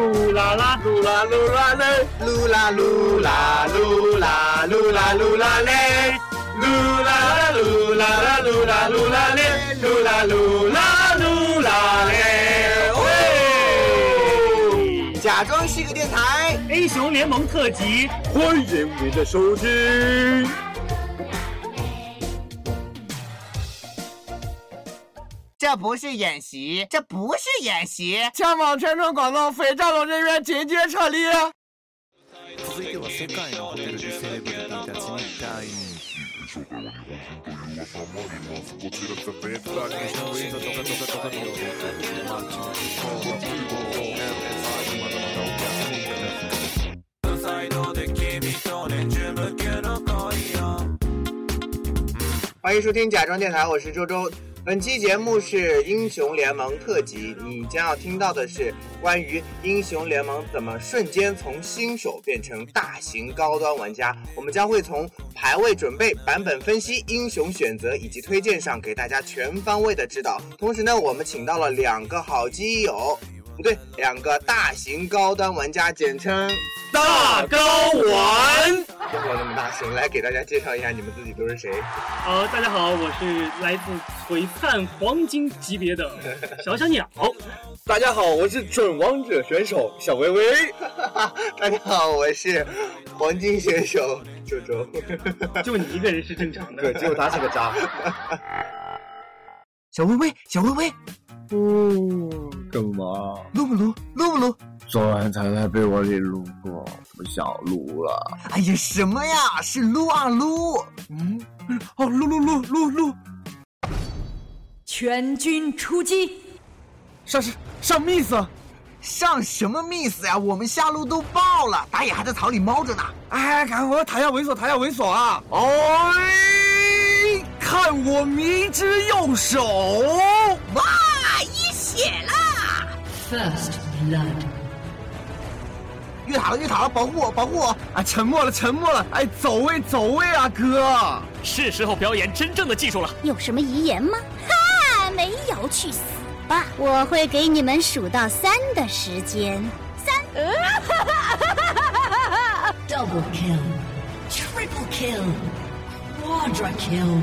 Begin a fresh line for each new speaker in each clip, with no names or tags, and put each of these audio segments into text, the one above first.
啦
噜啦噜啦嘞，噜啦噜啦噜啦噜啦噜啦嘞，噜啦啦噜啦啦噜啦噜啦嘞，噜啦噜啦噜啦嘞，喂！
假装是个电台，
！A 熊联盟特辑，
欢迎您的收听。
这不是演习，这不是演习。
前往全程广告非战斗人员紧急撤离。
続いては世界のホテルでセレブリティたちに大人
欢迎收听假装电台，我是周周。本期节目是英雄联盟特辑，你将要听到的是关于英雄联盟怎么瞬间从新手变成大型高端玩家。我们将会从排位准备、版本分析、英雄选择以及推荐上给大家全方位的指导。同时呢，我们请到了两个好基友，不对，两个大型高端玩家，简称
大高玩，
中国那么大型，来给大家介绍一下你们自己都是谁。
好、呃大家好，我是来自璀璨黄金级别的小小鸟。
大家好，我是准王者选手小薇薇。
大家好，我是黄金选手周周。
就你一个人是正常
对，
的，
只有他是个渣。
小薇薇，小薇薇，
哦，干嘛？
撸不撸？撸不撸？
昨晚才在被窝里撸过，不想撸了。
哎呀，什么呀？是撸啊撸。嗯，
哦，撸撸撸撸撸，
全军出击！
上上 miss，
上什么 miss 呀、我们下路都爆了，打野还在草里猫着呢。
哎，赶快塔下猥琐，塔下猥琐啊！哎，看我迷之右手。
哇，一血啦！
First blood.
越塔了，越塔了，保护我，保护我！
啊，沉默了，沉默了！哎，走位，走位啊，哥！
是时候表演真正的技术了。
有什么遗言吗？哈，没有，去死吧！我会给你们数到三的时间。
Double kill. Triple kill. Quadra kill.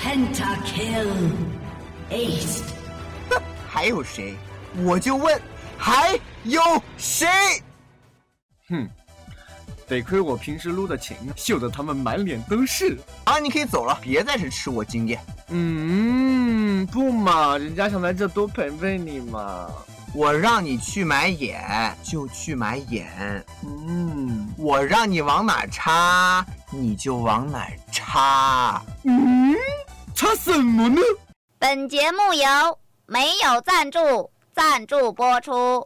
Penta kill. Ace.
还有谁？我就问，还有谁？
得亏我平时撸的勤，秀的他们满脸都是。
啊，你可以走了，别在这吃我经验。
嗯，不嘛，人家想来这多陪陪你嘛。
我让你去买眼，就去买眼。
嗯，
我让你往哪插，你就往哪插。
差什么呢？
本节目由没有赞助赞助播出。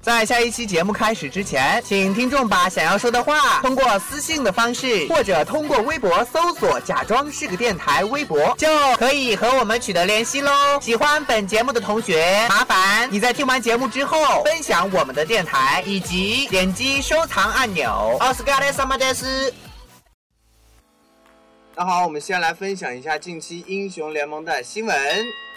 在下一期节目开始之前，请听众把想要说的话通过私信的方式，或者通过微博搜索“假装是个电台”微博，就可以和我们取得联系喽。喜欢本节目的同学，麻烦你在听完节目之后分享我们的电台，以及点击收藏按钮。奥斯卡雷萨马德斯。那好，我们先来分享一下近期英雄联盟的新闻。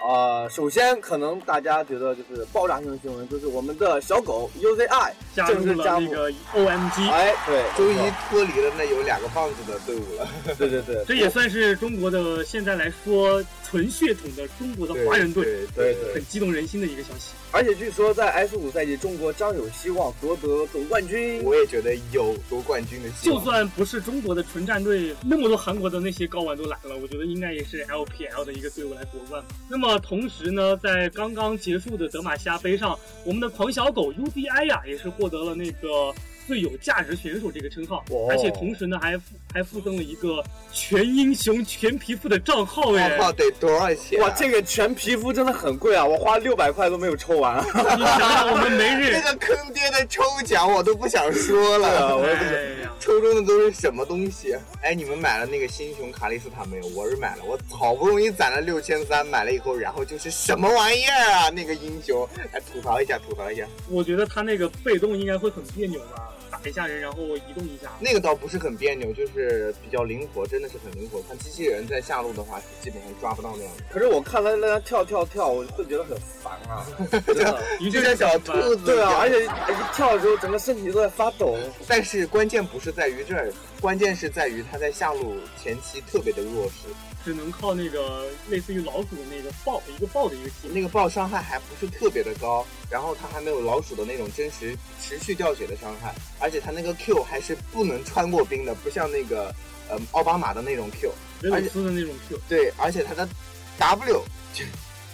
啊，首先可能大家觉得就是爆炸性的新闻，就是我们的小狗 UZI
加
正
入
式加
了那
入。
个 OMG，
哎，对，
终
终
于
于，
脱离了那有两个棒子的队伍了。
对对对，
这也算是中国的现在来说纯血统的中国的华人队，
对对。
很激动人心的一个消息。
而且据说在 S 五赛季，中国将有希望夺得总冠军。
我也觉得有夺冠军的希
就
望。
算不是中国的纯战队，那么多韩国的那些高玩都来了，我觉得应该也是 LPL 的一个队伍来夺冠。那么同时呢，在刚刚结束的德玛西亚杯上，我们的狂小狗 UBI 呀、也是获得了那个最有价值选手这个称号，
哦
而且同时呢还附还附赠了一个全英雄全皮肤的账号哎，
哦
号得多少钱、
啊
哇，这个全皮肤真的很贵啊！我花六百块都没有抽 完。
你想想我们每日
这。个坑爹的抽奖我都不想说了，
我也不
哎呀，
抽中的都是什么东西？哎，你们买了那个新雄卡利斯塔没有？我是买了，我好不容易攒了六千三，买了以后，然后就是什么玩意儿
哎
啊？那个英雄，来吐槽一下，吐槽一下。
我觉得他那个被动应该会很别扭吧，打打一下人，然后移动 一下。
那个倒不是很别扭，就是比较灵活，真的是很灵活。看机器人在下路的话，是基本上抓不到那样的。
可是我看他那样跳跳跳，我会觉得很烦啊，真的。
一
就像小兔子
对
一
啊，
样
而且一跳的时候，整个身体都在发抖。
但是关键不是在于这儿，关键是在于他在下路前期特别的弱势，
只能靠那个类似于老鼠那个爆一个爆的一个技能。
那个爆伤害还不是特别的高，然后他还没有老鼠的那种真实持续掉血的伤害，而且他那个 Q 还是不能穿过冰的，不像那个呃奥巴马的那种 Q。
维鲁斯的那种 Q，
对，而且他的 W，就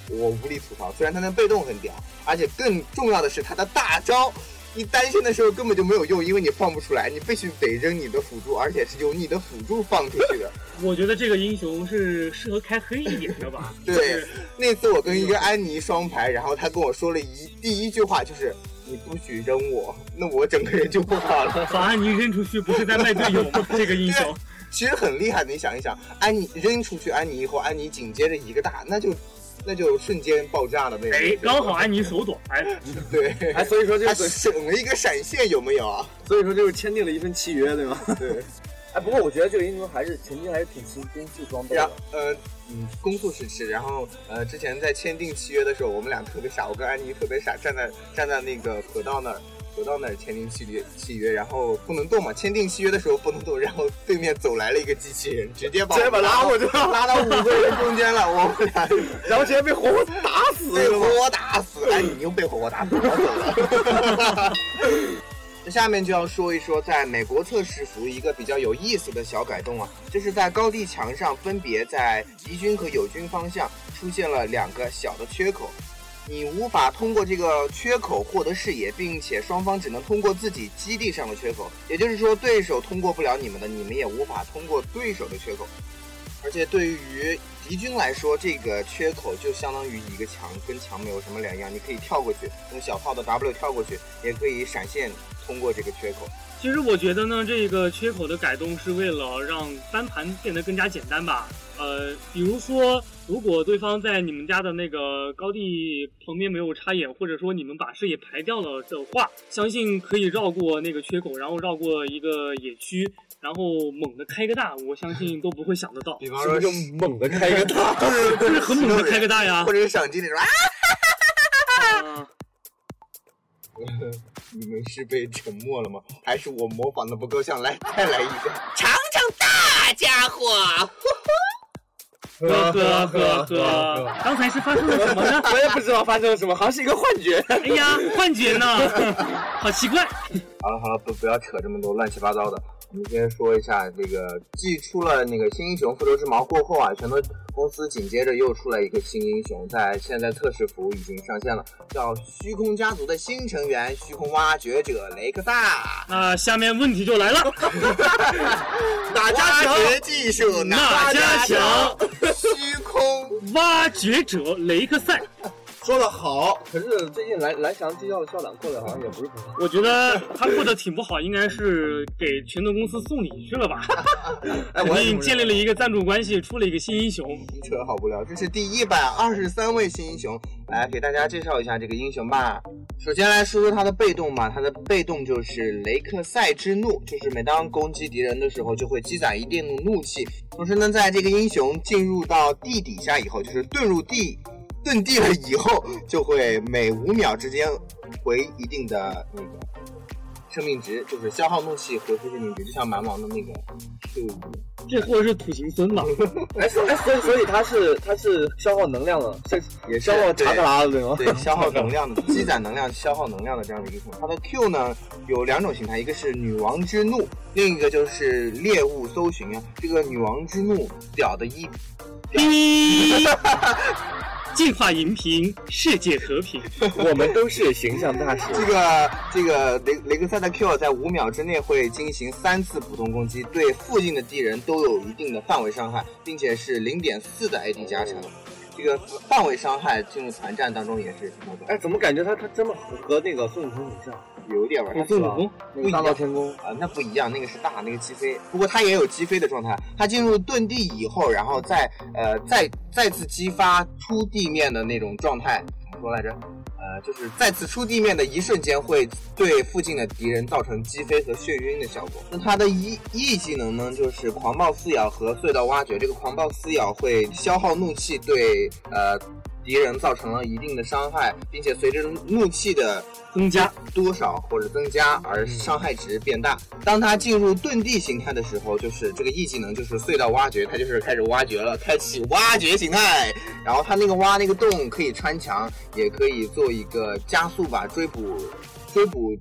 我无力吐槽，虽然他的被动很屌，而且更重要的是他的大招，你单线的时候根本就没有用，因为你放不出来，你必须得扔你的辅助，而且是由你的辅助放出去的。。
我觉得这个英雄是适合开黑一点的吧
对，那次我跟一个安妮双排，然后他跟我说了一第一句话就是你不许扔我，那我整个人就不好了。
把安妮扔出去不是在卖队友 吗？这个英雄，
其实很厉害的，你想一想，安妮扔出去，安妮以后，安妮紧接着一个大，那就那就瞬间爆炸的那个。
哎，刚好安妮手短，
对。
哎，所以说这
他
个，
省了一个闪现，有没有啊？
所以说就是签订了一份契约，对吗？
对，
哎，不过我觉得这个英雄还是前期还是挺吃攻速装备
然
的
后。呃，嗯，攻速是吃，然后呃，之前在签订契约的时候，我们俩特别傻，我跟安妮特别傻，站在站在那个河道那儿，河道那儿签订契约契约，然后不能动嘛，签订契约的时候不能动，然后对面走来了一个机器人，直接把
直接把拉
我
过
们
去
拉到拉到五个人中间了，我们俩
然后直接被活活打死
被
了
活
吗？
活打死，哎，你又被活活打死，我走了。 那下面就要说一说，在美国测试服一个比较有意思的小改动啊，就是在高地墙上分别在敌军和友军方向出现了两个小的缺口，你无法通过这个缺口获得视野，并且双方只能通过自己基地上的缺口，也就是说对手通过不了你们的，你们也无法通过对手的缺口。而且对于敌军来说，这个缺口就相当于一个墙，跟墙没有什么两样。你可以跳过去，用小炮的 W 跳过去，也可以闪现通过这个缺口。
其实我觉得呢，这个缺口的改动是为了让翻盘变得更加简单吧。呃，比如说，如果对方在你们家的那个高地旁边没有插眼，或者说你们把视野排掉了的话，相信可以绕过那个缺口，然后绕过一个野区，然后猛地开个大，我相信都不会想得 到，
比方
是不
说
是就猛地开一个大？
就是很猛地开个大呀
或。者是赏金那种啊，
啊
你们是被沉默了吗？还是我模仿的不够像？来，再来一下。
呵呵呵呵，刚才是发生了什么呢？
我也不知道发生了什么，好像是一个幻觉。
哎呀，幻觉呢？ 好奇怪。
好了好了，不不要扯这么多乱七八糟的。我们先说一下这个，既出了那个新英雄复仇之矛过后啊，全都公司紧接着又出来一个新英雄，在现在测试服已经上线了，叫虚空家族的新成员虚空挖掘者雷克萨。
那下面问题就来了，
哪家强？挖掘技术
哪家强？
虚空
挖掘者雷克赛，
说的好，可是最近蓝蓝翔制药的校长过得好像也不是很好。
我觉得他过得挺不好，应该是给拳头公司送礼去了 吧？
哎，
肯
我也
定建立了一个赞助关系，出了一个新英雄。
扯好无聊。这是第一百二十三位新英雄，来给大家介绍一下这个英雄吧。首先来说说他的被动吧，他的被动就是雷克赛之怒，就是每当攻击敌人的时候，就会积攒一定的怒气。同时呢，在这个英雄进入到地底下以后，就是遁入地。遁地了以后，就会每五秒之间回一定的那个生命值，就是消耗怒气回复生命值，就像蛮王的那个 Q 一样。
这货是土行孙 吧？
哎，所哎所以所以他是他是消耗能量了，是
也是
消耗查克拉了，对 吗？
对，消耗能量的，积攒能量、消耗能量的这样的一个系统。它的 Q 呢有两种形态，一个是女王之怒，另一个就是猎物搜寻啊。这个女王之怒屌的一，
逼！净化荧屏，世界和平。
我们都是形象大使。
这个这个雷雷克赛的 Q 在五秒之内会进行三次普通攻击，对附近的敌人都有一定的范围伤害，并且是零点四的 AD 加成。这个范围伤害进入团战当中也是那
哎，
种，
怎么感觉他他真的和和那个孙悟空很像？
有一点
哎
玩儿。
孙悟空，
那个大闹天宫。
啊，那不一样，那个是大，那个击飞。不过它也有击飞的状态，它进入遁地以后，然后再呃再再次激发出地面的那种状态，怎么说来着？呃，呃，就是再次出地面的一瞬间，会对附近的敌人造成击飞和眩晕的效果。那它的一一技能呢，就是狂暴撕咬和隧道挖掘。这个狂暴撕咬会消耗怒气对，呃敌人造成了一定的伤害，并且随着怒气的增加多少或者增加而伤害值变大。当它进入遁地形态的时候，就是这个 E 技能就是隧道挖掘，它就是开始挖掘了，开启挖掘形态。然后它那个挖那个洞可以穿墙，也可以做一个加速吧，追捕追捕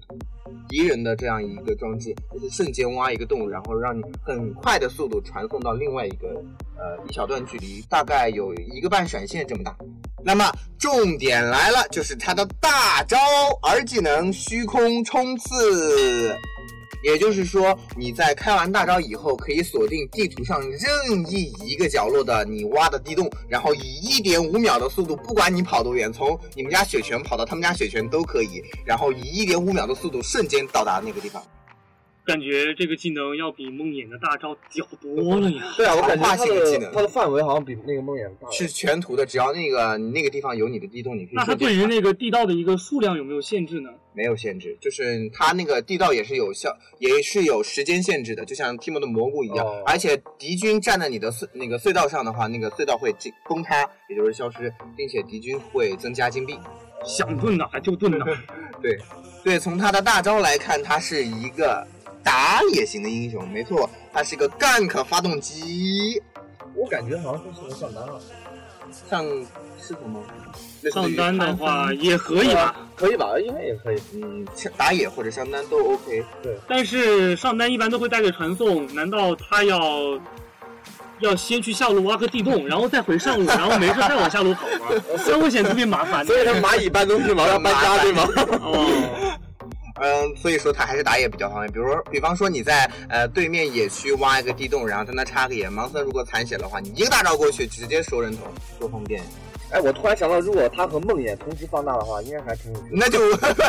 敌人的这样一个装置，就是瞬间挖一个洞，然后让你很快的速度传送到另外一个呃一小段距离，大概有一个半闪现这么大。那么重点来了，就是它的大招 R 技能虚空冲刺。也就是说，你在开完大招以后，可以锁定地图上任意一个角落的你挖的地洞，然后以一点五秒的速度，不管你跑多远，从你们家雪泉跑到他们家雪泉都可以，然后以一点五秒的速度瞬间到达那个地方。
感觉这个技能要比梦魇的大招屌多了 呀！
对啊，我
感
感觉
觉它
它
的
的它的范围好像比那个梦魇大。
是全图的，只要那个你那个地方有你的地洞，你可以
那它
瞬间
对于
爬
那个地道的一个数量有没有限制呢？
没有限制，就是它那个地道也是有效，也是有时间限制的，就像 Timo 的蘑菇一样。
哦
而且敌军站在你的隧那个隧道上的话，那个隧道会进崩塌，也就是消失，并且敌军会增加金币。
想遁哪就遁 哪，
对，对，从他的大招来看，他是一个打野型的英雄，没错，他是个 gank 发动机，
我感觉好像更适合上单了。
上是什么？类似
上
于
单的话也可以吧，
可以吧？应该也可以。
嗯，打野或者上单都 OK。
但是上单一般都会带个传送，难道他要要先去下路挖个地洞，然后再回上 路，然后没事再往下路跑吗？这会显得特别麻烦的。
所以他蚂蚁搬东西 嘛，要搬家对吗？
哦，
嗯，所以说他还是打野比较方便。比如说，比方说你在呃对面野区挖一个地洞，然后在那插个野盲僧，如果残血的话，你一个大招过去直接收人头，多方便。
哎，我突然想到，如果他和梦魇同时放大的话，应该还挺有趣的。
那就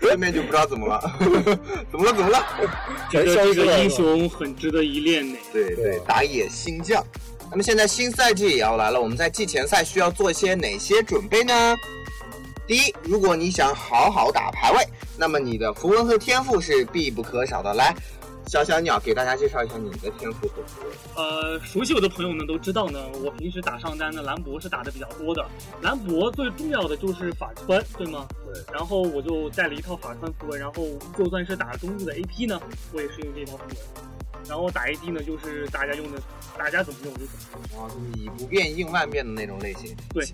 对面就不知道怎么了， 怎么了怎么了？
这
全
个
消
这
失
个
了
英。雄很值得一练呢。
对对，打野新将。那么现在新赛季也要来了，我们在季前赛需要做些哪些准备呢？第一，如果你想好好打排位，那么你的符文和天赋是必不可少的。来，小小鸟给大家介绍一下你的天赋和符文。
呃，熟悉我的朋友们都知道呢，我平时打上单的兰博是打的比较多的。兰博最重要的就是法穿，对吗？
对。
然后我就带了一套法穿符文，然后就算是打中路的 AP 呢，我也是用这套符文。然后打 AD 呢，就是大家用的，大家怎么用我就怎么用。
哦，就是以不变应万变的那种类型。
对，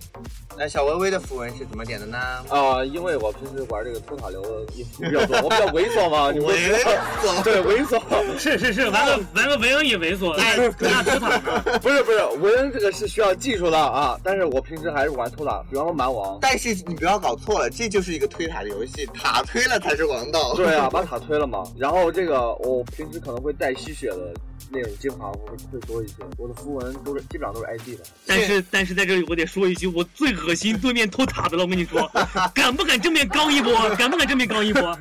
那小薇薇的符文是怎么点的呢？
啊，因为我平时玩这个托塔流也比较 多，我比较猥琐嘛，你们
喂
知道 对猥琐，
是是是，玩个玩个维恩也猥琐，那那出塔呢？
不是不是，维恩这个是需要技术的啊，但是我平时还是玩托塔，比方说蛮王，
但是你不要搞错了，这就是一个推塔的游戏，塔推了才是 王道。
对啊，把塔推了嘛，然后这个我平时可能会带吸血的那种金牌会会多一些，我的符文都是 基本上都是 ID 的，
但是但是在这里我得说一句，我最恶心对面偷塔的了，我跟你 说，敢不敢正面刚一波？敢不敢正面刚一波？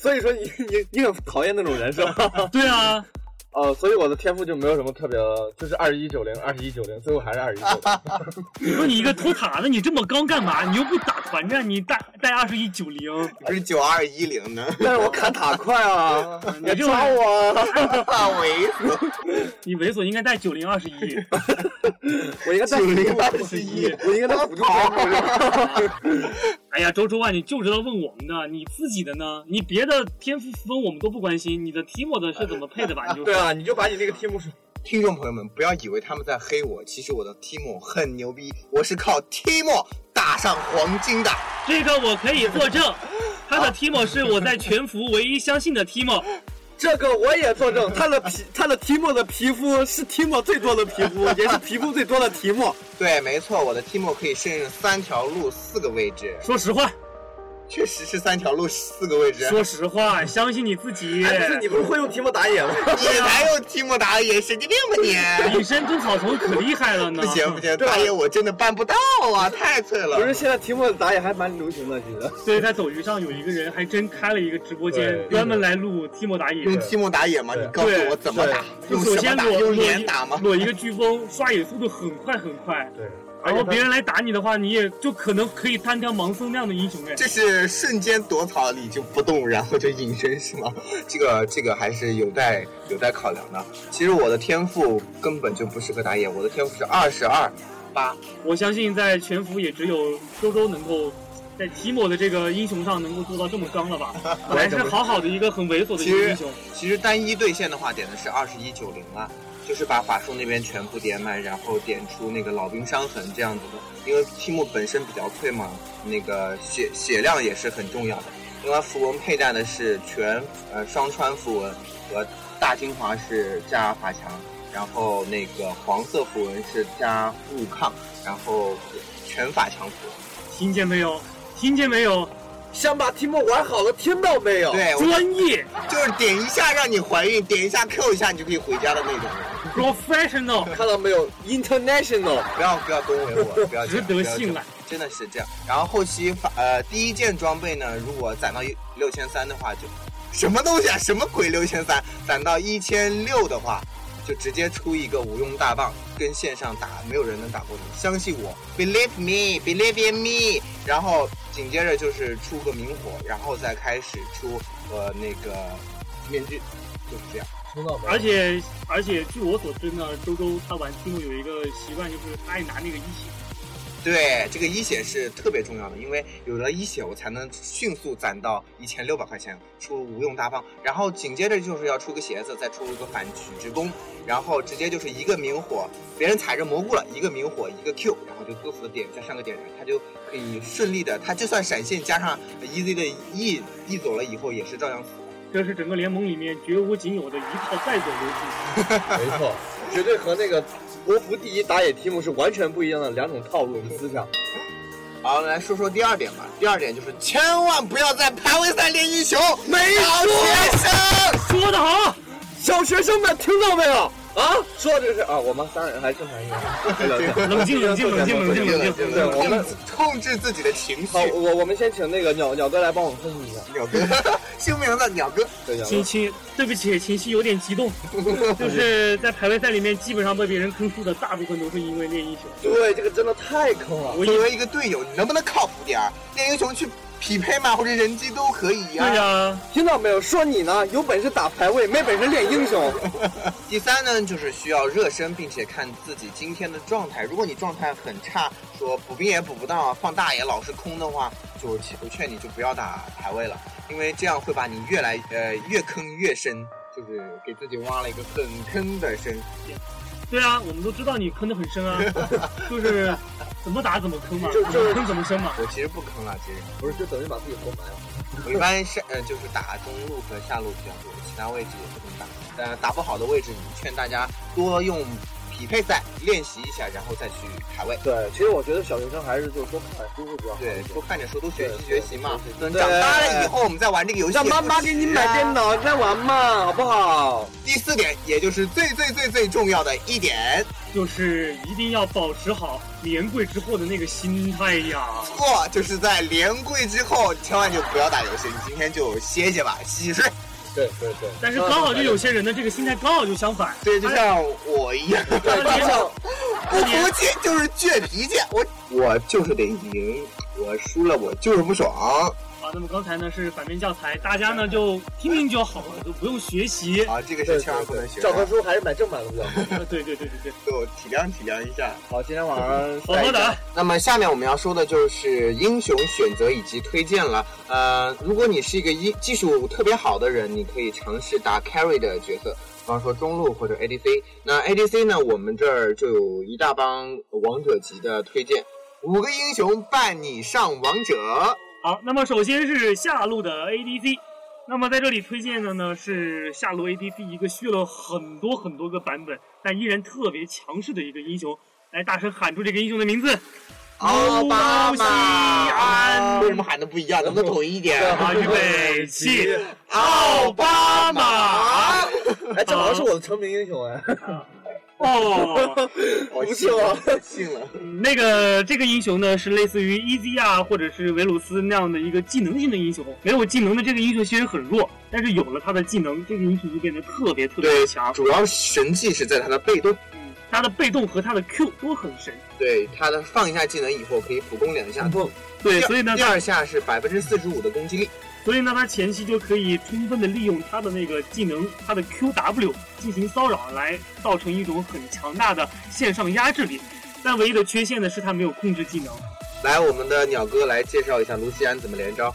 所以说你你你很讨厌那种人是吧？
对啊，
哦，所以我的天赋就没有什么特别，就是二一九零二一九零，最后还是二一九 零。
你说你一个偷塔的，你这么刚干嘛？你又不打团战，你带带二十一九零，
不是九二一 零呢？
但是我砍塔快 啊，
你
别
这
抓我啊！
大猥琐，
你猥琐应该带九零二十一。
我应该带辅助，
21
我应该带辅助天赋是吧。
哎呀，周周啊，你就知道问我们的，你自己的呢？你别的天赋符文我们都不关心，你的提莫的是怎么配的吧？ 你就
对啊，你就把你那个题目说。
听众朋友们，不要以为他们在黑我，其实我的 Timo 很牛逼，我是靠 Timo 打上黄金的。
这个我可以作证，他的 Timo 是我在全服唯一相信的 Timo。
这个我也作证，他的皮，他的提莫的皮肤是提莫最多的皮肤，也是皮肤最多的提莫。
对，没错，我的 Timo 可以胜任三条路四个位置，
说实话，
确实是三条路四个位置。
说实话，相信你自 己。
哎，不是你不是会用提莫打野吗？
你才用 Timo 打野，神经病吧你！
隐身蹲草丛可厉害了呢。
不行不行，
对吧啊
大爷我真的办不到 啊，太脆 了。
不是，现在提莫打野还蛮流行的，其实。
所以在抖音上有一个人还真开了一个直播间，
对
专门来录提莫打野。
用提莫打野吗？你
对
告诉我怎么打？
就
用
首
什
先
么打？
裸
用
裸
脸
一
打吗？
裸一个飓风，刷野速度很快很快，
对，
然后
他
别人来打你的话，你也就可能可以单挑盲僧那样的英雄哎。
这是瞬间躲草里就不动，然后就隐身是吗？ 这个这个还是有待有待考量的。其实我的天赋根本就不适合打野，我的天赋是二十二八，
我相信在全服也只有周周能够在提莫的这个英雄上能够做到这么刚了 吧？本来是好好的一个很猥琐的一
其
个
实
英雄，
其实单一对线的话，点的是二十一九零啊，就是把法术那边全部点满，然后点出那个老兵伤痕这样子的。因为提莫本身比较脆嘛，那个血血量也是很重要的。另外，符文佩戴的是全呃双穿符文和大精华是加法强，然后那个黄色符文是加护抗，然后全法强符文。
听见没有？听见没有？
想把题目玩好了，听到没有？
对，哎我
专业
就是点一下让你怀孕，点一下 Q 一下你就可以回家的那种人。
professional，
看到没有？International，
不要不要恭维我，不要这
值
样不
得
要这
信
样
赖。
真的是这样。然后后期发呃第一件装备呢，如果攒到六千三的话就，什么东西啊，什么鬼六千三？攒到一千六的话，就直接出一个无用大棒，跟线上打没有人能打过你。相信我，believe me，believe in me。然后紧接着就是出个明火，然后再开始出呃那个面具，就是这样。
听到没
而且而且，据我所知呢，周周他玩 Timo 有一个习惯，就是他爱拿那个一血。
对，这个一血是特别重要的，因为有了一血，我才能迅速攒到一千六百块钱，出无用大棒，然后紧接着就是要出个鞋子，再出一个反曲直弓，然后直接就是一个明火，别人踩着蘑菇了，一个明火，一个 Q，然后就各自的点加上个点燃，他就可以顺利的，他就算闪现加上 EZ 的 E E 走了以后，也是照样死。
这是整个联盟里面绝无仅有的一套带走游戏。
没错，绝对和那个国服第一打野题目是完全不一样的两种套路与思想。
好，来说说第二点吧，第二点就是千万不要在排位赛练英雄，
没
搞学生。
说得好，
小学生们听到没有？啊，说到这个事啊，我们三人还正常一点。
冷静冷静冷静冷静冷静。
对，我们
控制自己的情绪
好，。我我们先请那个鸟鸟哥来帮我们分析一下。
鸟哥， 新名字鸟哥，
对，鸟
情情，对不起，情绪有点 激动，就是在排位赛里面，基本上被别人坑出的大部分都是因为练英 雄。
对，这个真的太坑了。
我一
作为一个队友，你能不能靠谱点儿？练英雄去匹配嘛，或者人机都可以啊呀、
对呀、
听到没有？说你呢，有本事打排位，没本事练英雄。
第三呢，就是需要热身，并且看自己今天的状态。如果你状态很差，说补兵也补不到，放大也老是空的话，就我劝你就不要打排位了，因为这样会把你越来呃越坑越深，就是给自己挖了一个很坑的深。
对啊，我们都知道你坑得很 深啊，就是怎么打怎么坑嘛，
就
怎
就
么坑怎么深嘛。
我其实不坑了，其实。
不是，就等于把自己活埋了。
我一般是呃，就是打中路和下路比较多，其他位置也不能打。但打不好的位置，你劝大家多用匹配赛练习一下，然后再去排位。
对，其实我觉得小学生还是就多看看书会比较好一
对
点。，
多看点书，多学习学
对
习嘛。
对
等长大了以后，我们再玩这个游戏。
让妈妈给你买电。脑再玩嘛，好不好？
第四点，也就是最最最最重要的一点，
就是一定要保持好连跪之后的那个心态呀。
错就是在连跪之后，千万就不要打游戏，你今天就歇歇吧，洗洗睡。
对对对。
但是刚好就有些人的这个心态刚好就相反，
对，就像我一 样。
他
对，就
连
像
不服气就是倔脾气，我我就是得赢，我输了我就是不爽。
啊，那么刚才呢是反面教材，大家呢就听听就好了，就不用学 习。
啊，这个
对对
是千万不能
对
学的
教科，书还是买正版的比较好。
啊对对对对对，
就体谅体谅一下。
好，今天晚上
好好啊打。
那么下面我们要说的就是英雄选择以及推荐了。呃，如果你是一个一技术特别好的人，你可以尝试打 carry 的角色，比方说中路或者 ADC。那 ADC 呢，我们这儿就有一大帮王者级的推荐，五个英雄伴你上王者。
好，那么首先是下路的 ADC，那么在这里推荐的呢是下路 ADC 一个续了很多很多个版本，但依然特别强势的一个英雄。来，大声喊出这个英雄的名字！
奥巴
欧西安
马，为什么喊的不一样？能不能统一一点？
啊，预备起！
奥巴马，
哎，这好像是我的成名英雄 哎，
哦，
不是吗？
信了。
那个这个英雄呢是类似于 EZ 啊或者是维鲁斯那样的一个技能性的英雄，没有技能的这个英雄其实很弱，但是有了他的技能，这个英雄就变得特别特别
对
强。
主要神技是在他的被动。
他的被动和他的 Q 都很神。
对他的放一下技能以后可以普攻两下，
不，对，
第二
所以呢，
第
他
二下是百分之四十五的攻击力。
所以呢，他前期就可以充分的利用他的那个技能，他的 QW 进行骚扰，来造成一种很强大的线上压制力。但唯一的缺陷呢，是他没有控制技能。
来，我们的鸟哥来介绍一下卢锡安怎么连招。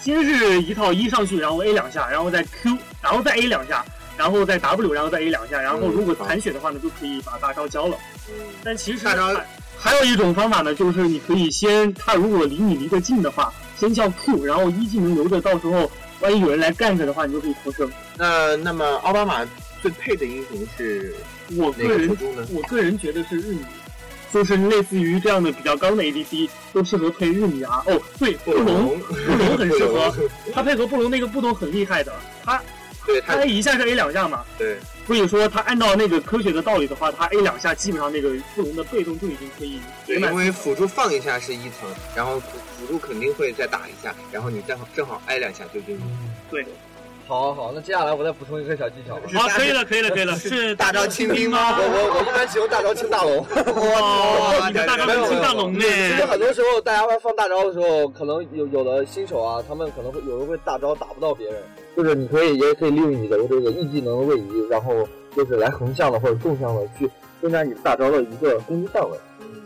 先是一套一上去，然后 A 两下，然后再 Q，然后再 A 两下，然后再 W，然后再 A 两下，然
嗯
后如果残血的话呢，就可以把大招交了。但其实
大招
还还有一种方法呢，就是你可以先，他如果离你离得近的话，先叫 Q，然后一技能留着，到时候万一有人来 gank 的话，你就可以逃生。
那那么奥巴马最配的英雄是
我
哪
个
个辅
人
助呢？
我个人觉得是日女，就是类似于这样的比较高的 ADC 都适合配日女啊。哦，对，布隆，布隆很适合，他配合布隆那个布隆很厉害的，他
对
他
他
A 一下是 A 两下嘛，
对
所以说他按照那个科学的道理的话，他 A 两下基本上那个布隆的被动就已经可以
对，
给满
因为辅助放一下是一层，然后辅辅助肯定会再打一下，然后你正好正好挨两下就晕。
对。
好好，那接下来我再补充一个小技巧吧。
好，哦可以了，可以了，可以了，是
大招清兵
我
吗？
我我一般喜欢大招清大龙，
哦，你的大招能清大龙呢？
其
嗯
实很多时候大家放大招的时候，可能有有的新手啊，他们可能会有人会大招打不到别人，就是你可以也可以利用你的这个 E 技能位移，然后就是来横向的或者纵向的去增加你的大招的一个攻击范围。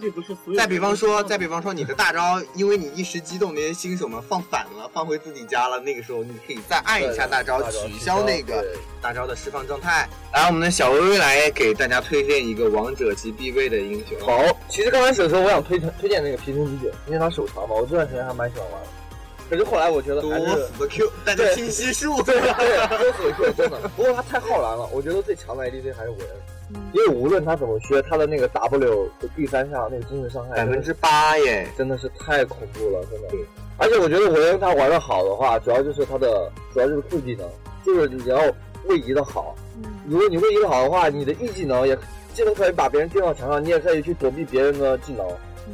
这不是所有。
再比方说，再比方说你的大招，因为你一时激动，那些新手们放反了，放回自己家了。那个时候你可以再按一下大招，取消那个嗯
对
大招的释放状态。来，我们的小薇薇来给大家推荐一个王者级必备的英雄。
好，其实刚开始的时候，我想推推荐那个皮城啤酒，因为它手长嘛，我这段时间还蛮喜欢玩的。可是后来我觉得
多
还是
死的 Q，大家听悉数。
对对，多死一个真的。不过他太浩然了，我觉得最强的 ADC 还是韦恩，因为无论他怎么削，他的那个 W 的第三下那个精神伤害
百分之八耶，
真的是太恐怖了，真的。而且我觉得韦恩他玩的好的话，主要就是他的主要就是 Q 技能，就是你要位移的好。如果你位移的好的话，你的 E 技能也既能可以把别人钉到墙上，你也可以去躲避别人的技能，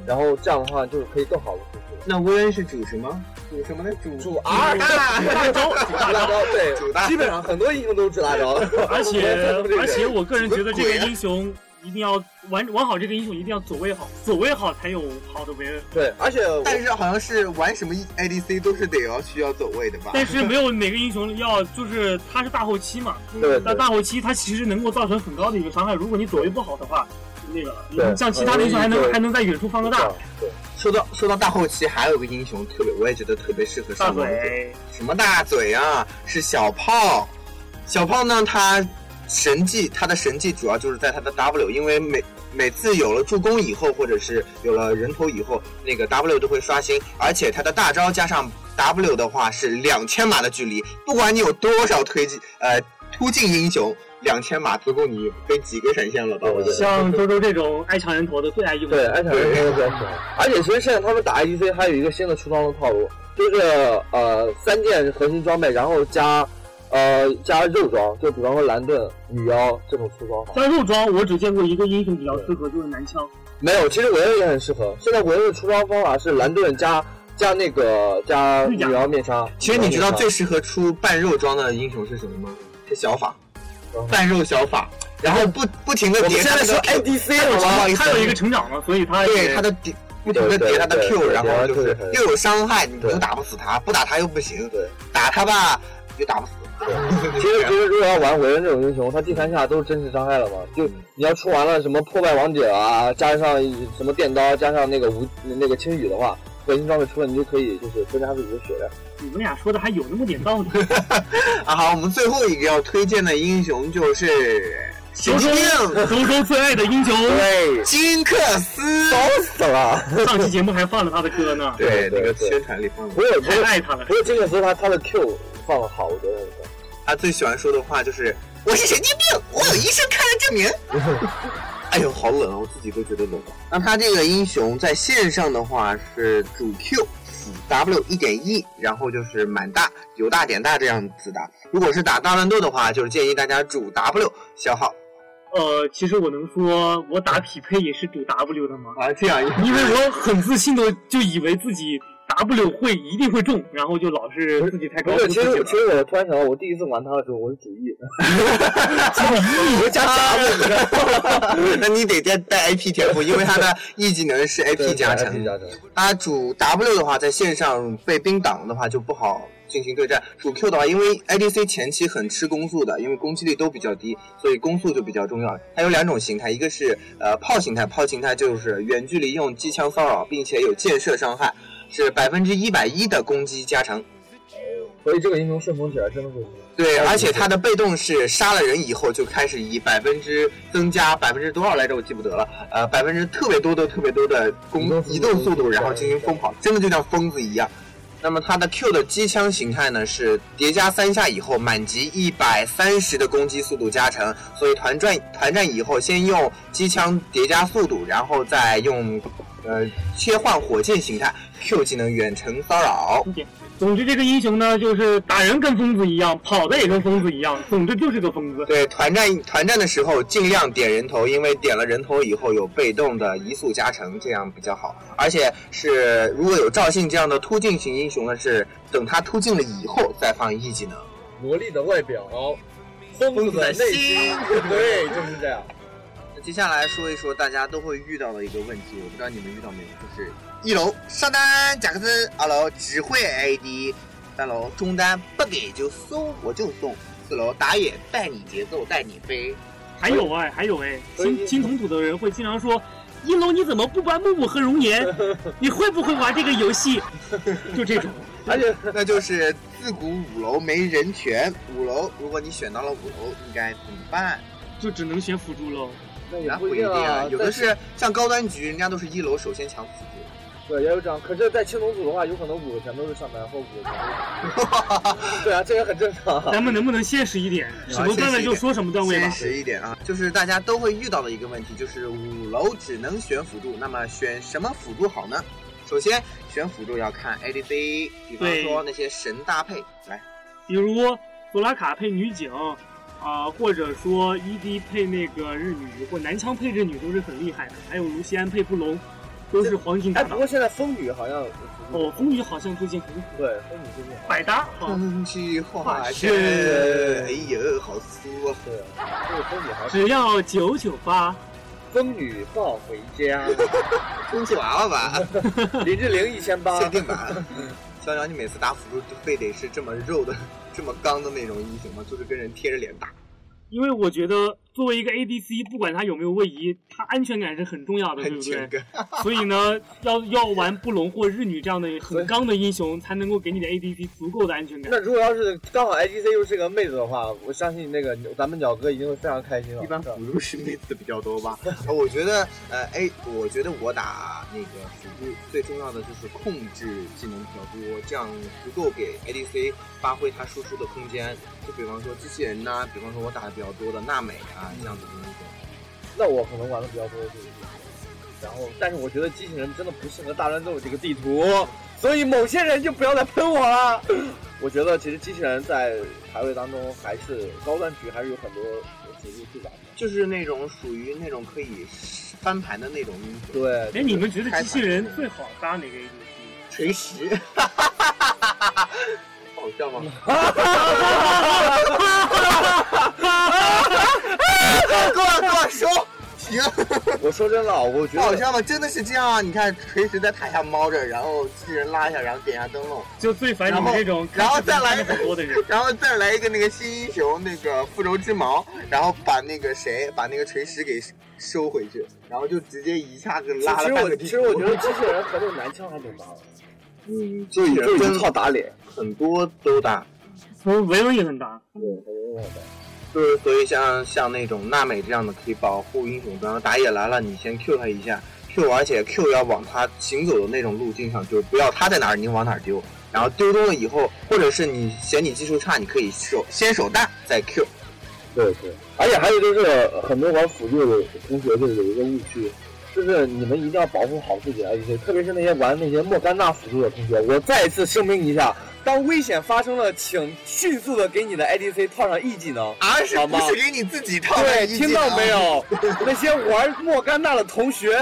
然后这样的话就是可以更好的突出。
那薇恩是主什么？主什么呢？主
主 R
大 招，
主大招，对，
主大
基本上很多英雄都是主大招。
而且而且，我个人觉得这
什么鬼啊
个英雄一定要玩玩好这个英雄，一定要走位好，走位好才有好的维恩。
对，而且我
但是好像是玩什么 ADC 都是得要需要走位的吧？
但是没有哪个英雄要，就是他是大后期嘛，
对
那大后期他其实能够造成很高的一个伤害，如果你走位不好的话，那个
对
像其他的英雄还
很容
能
易
还能在远处放个大
对，
说到说到大后期，还有个英雄特别，我也觉得特别适合
大
上王者。
嘴，
什么大嘴啊？是小炮。小炮呢，他神技，他的神技主要就是在他的 W，因为每每次有了助攻以后，或者是有了人头以后，那个 W 都会刷新，而且他的大招加上 W 的话是两千码的距离，不管你有多少推进，呃，突进英雄，两千码足够你飞几个闪现了吧？我觉得。
像周周这种爱抢人头的最爱用。
对，安小人都比较喜欢。而且其实现在他们打 ADC 还有一个新的出装的套路，就是呃三件核心装备，然后加呃加肉装，就比方说蓝盾、女妖这种出装法。
像肉装，我只见过一个英雄比较适合，就是男枪。
没有，其实韦恩也很适合。现在韦恩的出装方法是蓝盾加加那个加
绿
女
甲
妖面纱。
其实你知道
女妖面纱
最适合出半肉装的英雄是什么吗？是小法
嗯，
半肉小法，然后不不停的
我们
叠
现
他
在
的
说哎
Q，
ADC 好吗？
不好意思
他有一个成长嘛，所以他
对
也
他的叠不停的
对
叠他的
对
Q，
对
然后就
对
是
对
又有伤害，你
对
又打不死他，不打他又不行
对，
打他吧又打不死。
其实其实如果要玩韦恩这种英雄，他第三下都是真实伤害了嘛，就
嗯
你要出完了什么破败王者啊，加上什么电刀，加上那个无那个青羽的话，核心装备出了，你就可以就是增加自己的血量。
你们俩说的还有那么点 道理。
啊好，我们最后一个要推荐的英雄就是
周
神经
周周
病
周最爱的英雄，
对，
金克斯，
骚死了！
上期节目还放了他的歌呢，
对
对
那个
对
宣传里放的
不。是不
太
是
爱他了
不。是金克斯他他的 Q 放的好，我觉得很棒
他最喜欢说的话就是：“我是神经病，我有医生开了证明。” 哎呦，好冷啊！我自己都觉得冷。那他这个英雄在线上的话是主 Q。W 一点一，然后就是满大由大点大这样子打。如果是打大乱斗的话，就是建议大家主 W 消耗
呃，其实我能说我打匹配也是赌 W 的吗？
啊，这样一
因为我很自信的就以为自己 W 会一定会中，然后就老是自己太高
不
估
是，
自己
其实其
了。
实我突然想到，我第一次玩它的时候，我是主 E，主 E 我加啥了？
那你得带带 AP 天赋，因为他的 E 技能是 AP 加成。
P 加成，
他主 W 的话，在线上被冰挡的话就不好进行对战。主 Q 的话，因为 ADC 前期很吃攻速的，因为攻击力都比较低，所以攻速就比较重要。它有两种形态，一个是呃炮形态，炮形态就是远距离用机枪骚扰，并且有箭射伤害，是百分之一百一的攻击加成。
所以这个英雄顺风起来真的会。
对，
嗯
而且它的被动是杀了人以后就开始以百分之增加百分之多少来着，我记不得了，呃，百分之特别多的特别多的
移
攻
动速度
移动速度，然后进行疯跑，真的就像疯子一样。那么它的 Q 的机枪形态呢是叠加三下以后满级一百三十的攻击速度加成，所以团战团战以后先用机枪叠加速度，然后再用呃切换火箭形态 Q 技能远程骚扰。
总之，这个英雄呢，就是打人跟疯子一样，跑的也跟疯子一样，总之就是个疯子。
对，团战团战的时候尽量点人头，因为点了人头以后有被动的移速加成，这样比较好。而且是如果有赵信这样的突进型英雄呢，是等他突进了以后再放 E 技能。
萝莉的外表，疯子的内心，对，就是 这样。
那接下来说一说大家都会遇到的一个问题，我不知道你们遇到没有，就是一楼上单贾克森，二楼只会 AD，三楼中单不给就搜我就送，四楼打野带你节奏带你飞，
还有哎，还有哎，
所以
青青铜土的人会经常说：“一龙你怎么不玩木木和熔 岩？你会不会玩这个游戏？”就这种，
而且
那就是自古五楼没人权，五楼如果你选到了五楼，应该怎么办？
就只能选辅助
啊
喽。
那也
那
不
不
一
一定
定
啊
啊，，
有的
但
是像高端局，人家都是一楼首先抢辅助。
对，也有这样。可是，在青铜组的话，有可能五个全都是上单，或五个全都是。对啊，这也很正常。
咱们能不能现实一点？什么段位就说什么段位吧
现。实一点啊，就是大家都会遇到的一个问题，就是五楼只能选辅助，那么选什么辅助好呢？首先选辅助要看 ADC，比方
对
说那些神搭配，来，
比如索拉卡配女警，啊、或者说 ED 配那个日女，或男枪配日女都是很厉害的。还有卢西安配布隆，都是黄金搭
哎，不
档
过。现在风雨好像
哦，风雨好像最近很火，
对风雨最近好
百搭啊。
空气化身，
是
哎呦，好酥啊！
对，这个风雨还是
只要九九八，
风雨抱回家，
空气啊娃娃吧。
林志玲一千八
限。定版。小鸟，你每次打辅助就非得是这么肉的、这么刚的那种英雄吗？就是跟人贴着脸打。
因为我觉得作为一个 ADC，不管他有没有位移，他安全感是很重要的，对
很
不
全
对？
哥，
所以呢，要要玩布隆或日女这样的很刚的英雄，才能够给你的 ADC 足够的安全感
那。如果要是刚好 IGC 又是个妹子的话，我相信那个咱们鸟哥一定会非常开心啊。
一般
是吧
辅助是妹子比较多吧？啊我觉得，呃，哎，我觉得我打那个辅助最重要的就是控制技能比较多，这样足够给 ADC 发挥他输出的空间。就比方说机器人呐、比方说我打的比较多的娜美啊，这样子的英雄。
那我可能玩的比较多的就是这个，然后但是我觉得机器人真的不适合大乱斗这个地图，所以某些人就不要再喷我了。 我觉得其实机器人在排位当中还是高端局还是有很多辅助去打的。
就是那种属于那种可以翻盘的那种英雄，
对，
哎，你们觉得机器人最好搭哪个 ADC？
锤石， 好笑吗？过来过来收，停！
我说真的啊，我觉
好
得
笑吗？真的是这样啊！你看锤石在塔下猫着，然后巨人拉一下，然后点一下灯笼，
就最烦你们这种
然后然后再来
看着很多的人。
然后再来一个那个新英雄那个复仇之矛，然后把那个谁把那个锤石给收回去，然后就直接一下子拉
其
了
实
半
我
个地
其
图
实我觉得机器人和那个男枪还挺搭的，
嗯，
就
就
就
跟
一套打脸。
很多都打。
我维文也很搭，
就是所以像像那种娜美这样的可以保护英雄，然后打野来了，你先 Q 他一下，Q 而且 Q 要往他行走的那种路径上，就是不要他在哪儿你往哪儿丢，然后丢多了以后，或者是你嫌你技术差，你可以手先手大再 Q。
对对，而且还有就是呃很多玩辅助的同学就是有一个误区，就是你们一定要保护好自己的 ADC，特别是那些玩那些莫甘娜辅助的同学，我再一次声明一下，当危险发生了，请迅速的给你的 ADC 套上 E 技能。
而啊是
好
不
吗
是给你自己套的 E 啊
对，
一技
听到
能
没？有？那些玩莫甘娜的同学，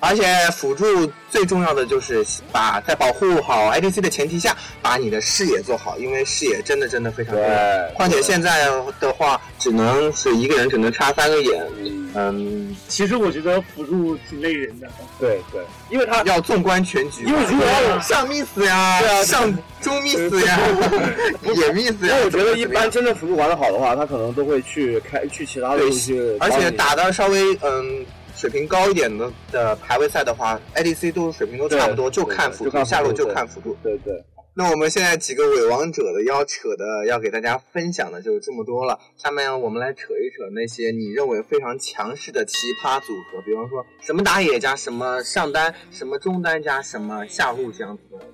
而且辅助最重要的就是把在保护好 ADC 的前提下，把你的视野做好，因为视野真的真的非常重要。
对，
况且现在的话，只能是一个人只能插三个眼，
嗯，
嗯，
其实我觉得辅助挺累人的，
对对，因为他
要纵观全局。啊
因为如果要
上 miss 呀，
对啊
上中 miss 呀，也 miss
因
呀。
为我觉得一
怎么怎么样
般真正辅助玩的好的话，他可能都会去开去其他的
对
路去帮
而
你，
且打的稍微嗯水平高一点的的排位赛的话，ADC 都水平都差不多，
对
就看辅
就
助
看辅助
下路就
对
看辅助。
对对，
那我们现在几个伪王者的要扯的要给大家分享的就这么多了，下面我们来扯一扯那些你认为非常强势的奇葩组合，比方说什么打野加什么上单，什么中单加什么下路这样子的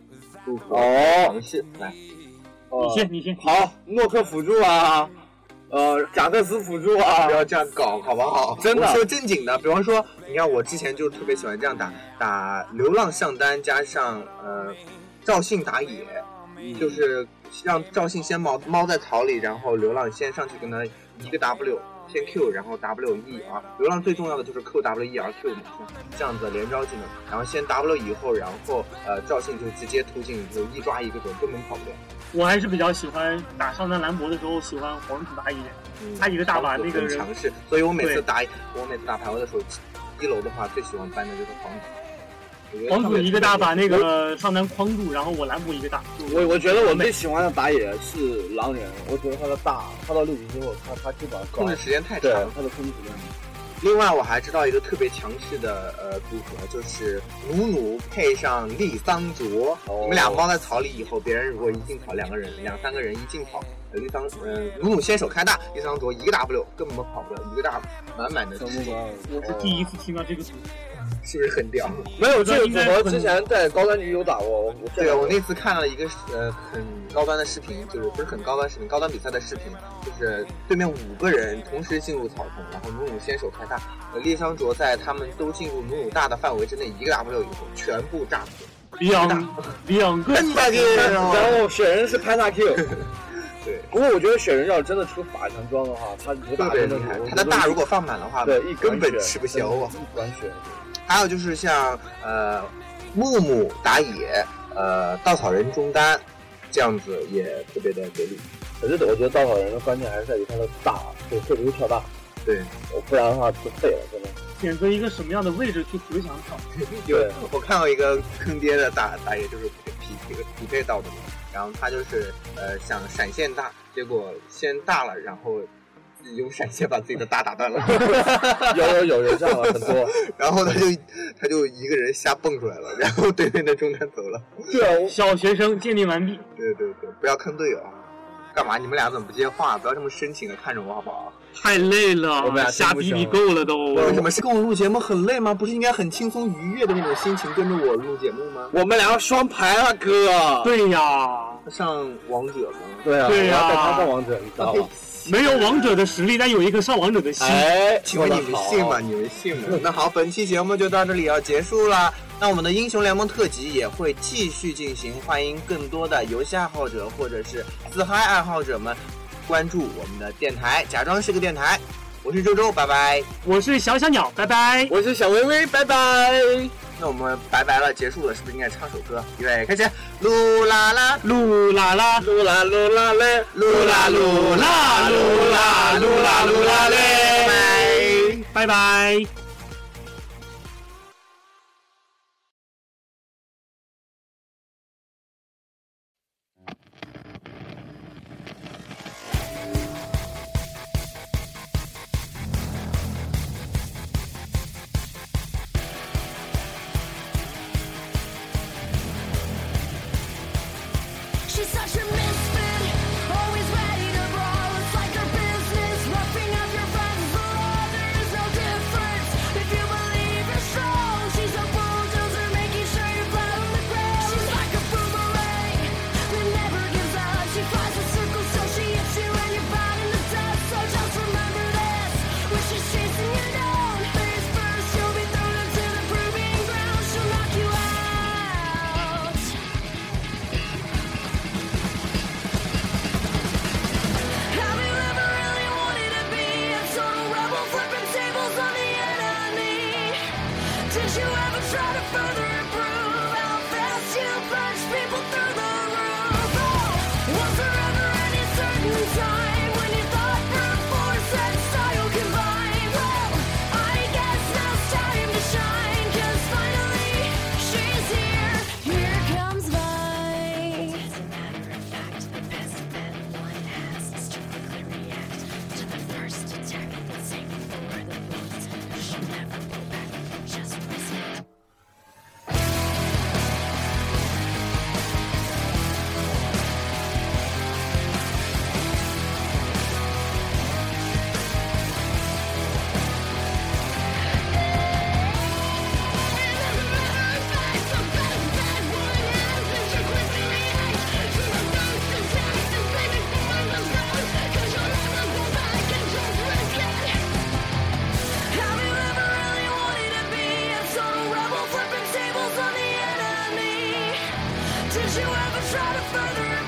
组合
哦
尝试来。
哦
你先你先，
好，诺克辅助啊，呃，贾克斯辅助啊
不，要这样搞，好不好？
真的
我说正经的，比方说，你看我之前就特别喜欢这样打，打流浪上单加上呃赵信打野，
嗯
就是让赵信先猫猫在草里，然后流浪先上去跟他一个 W。先 Q，然后 W E R，流浪最重要的就是 Q W E R Q 嘛，这样子连招技能，然后先 W 以后，然后呃赵信就直接突进，就一抓一个准，根本跑不掉。
我还是比较喜欢打上单兰博的时候喜欢黄土打野，他一个大把那个
很
人
强势，所以我每次
对
打我每次打排位的时候，一楼的话最喜欢搬的就是皇祖，
黄土一个大把那个上单框住，然后我兰博一个大，
我我觉得我最喜欢的打野是狼人，我觉得他的大，他到六级之后，他他基本上高
控，制时间太
对
长。，
他的控制时间
另外我还知道一个特别强势的呃组合，就是努努配上丽桑卓，
哦
你们俩猫在草里以后，别人如果一进草，两个人两三个人一进草。呃丽桑，呃，努努先手开大，丽桑卓一个 W 根本跑不了，一个 W 满满的
全部高。
我是第一次听到这个组合，
是不是很屌？
没有这个组合之前在高端局有打过，我我
对，啊我那次看了一个呃很高端的视频，就是不是很高端视频，高端比赛的视频，就是对面五个人同时进入草丛，然后努努先手开大，呃，猎商卓在他们都进入努努大的范围之内，一个 W 以后全部炸死。
两两个
笨大
然后然后雪人是潘大 Q。
对，
啊不过我觉得雪人要真的出法强装的话，他武打
特别
真
厉
的
害
我，觉
他
得
的大如果放满的话，
对一
根本
管
吃
血
不消啊。
一管血，
还有就是像呃木木打野，呃稻草人中单，这样子也特别的给力。
可是我觉得稻草人的关键还是在于他的大，就会不会跳大，
对，
我不然的话就废了，真的。
选择一个什么样的位置去回想场，
有
对
我看到一个坑爹的打打野，就是匹匹匹配到的嘛，然后他就是呃想闪现大，结果先大了，然后自己用闪现把自己的大打断 了，
有有有有这样的很多。
然后他就他就一个人瞎蹦出来了，然后对面的中单走了。
对啊，我
小学生建立完毕，
对对对，不要坑队友啊！干嘛？你们俩怎么不接话？不要这么深情的看着我好不好？
太累
我们俩
了，瞎
听不
逼
下
逼够了都。
为什么是跟我录节目很累吗？不是应该很轻松愉悦的那种心情跟着我录节目吗？
我们俩要双排了，哥。
对呀，
上王者吗？
对啊，
对呀
我要带他上王者，你知道吗？
没有王者的实力，但有一颗上王者的心。
哎，
请问你们信吗？
说得好？
你们信吗？嗯那好，本期节目就到这里要结束啦。那我们的英雄联盟特辑也会继续进行，欢迎更多的游戏爱好者或者是自嗨爱好者们关注我们的电台，假装是个电台。我是周周，拜拜。
我是小小鸟，拜拜。
我是小薇薇，拜拜。
那我们拜拜了，结束了，是不是应该唱首歌？预备，开始。噜啦啦，
噜啦啦，
噜啦噜啦嘞，
噜啦噜啦，噜啦噜啦噜啦嘞。拜
拜
拜
拜。
She's such a misfit, always ready to brawl. It's like her business, roughing up your friends for others, no difference. further improve. How fast you plunge people through the roof. Oh, once forever and in certain time. When you thought brute force and style combine. Well, I guess now's time to shine. 'Cause finally she's here. Here comes Vine.
It's a matter of fact, the best that one has is to quickly react to the first attack and save for the bullets. She'll never go back, just resist.
'Cause you ever try to further Oh,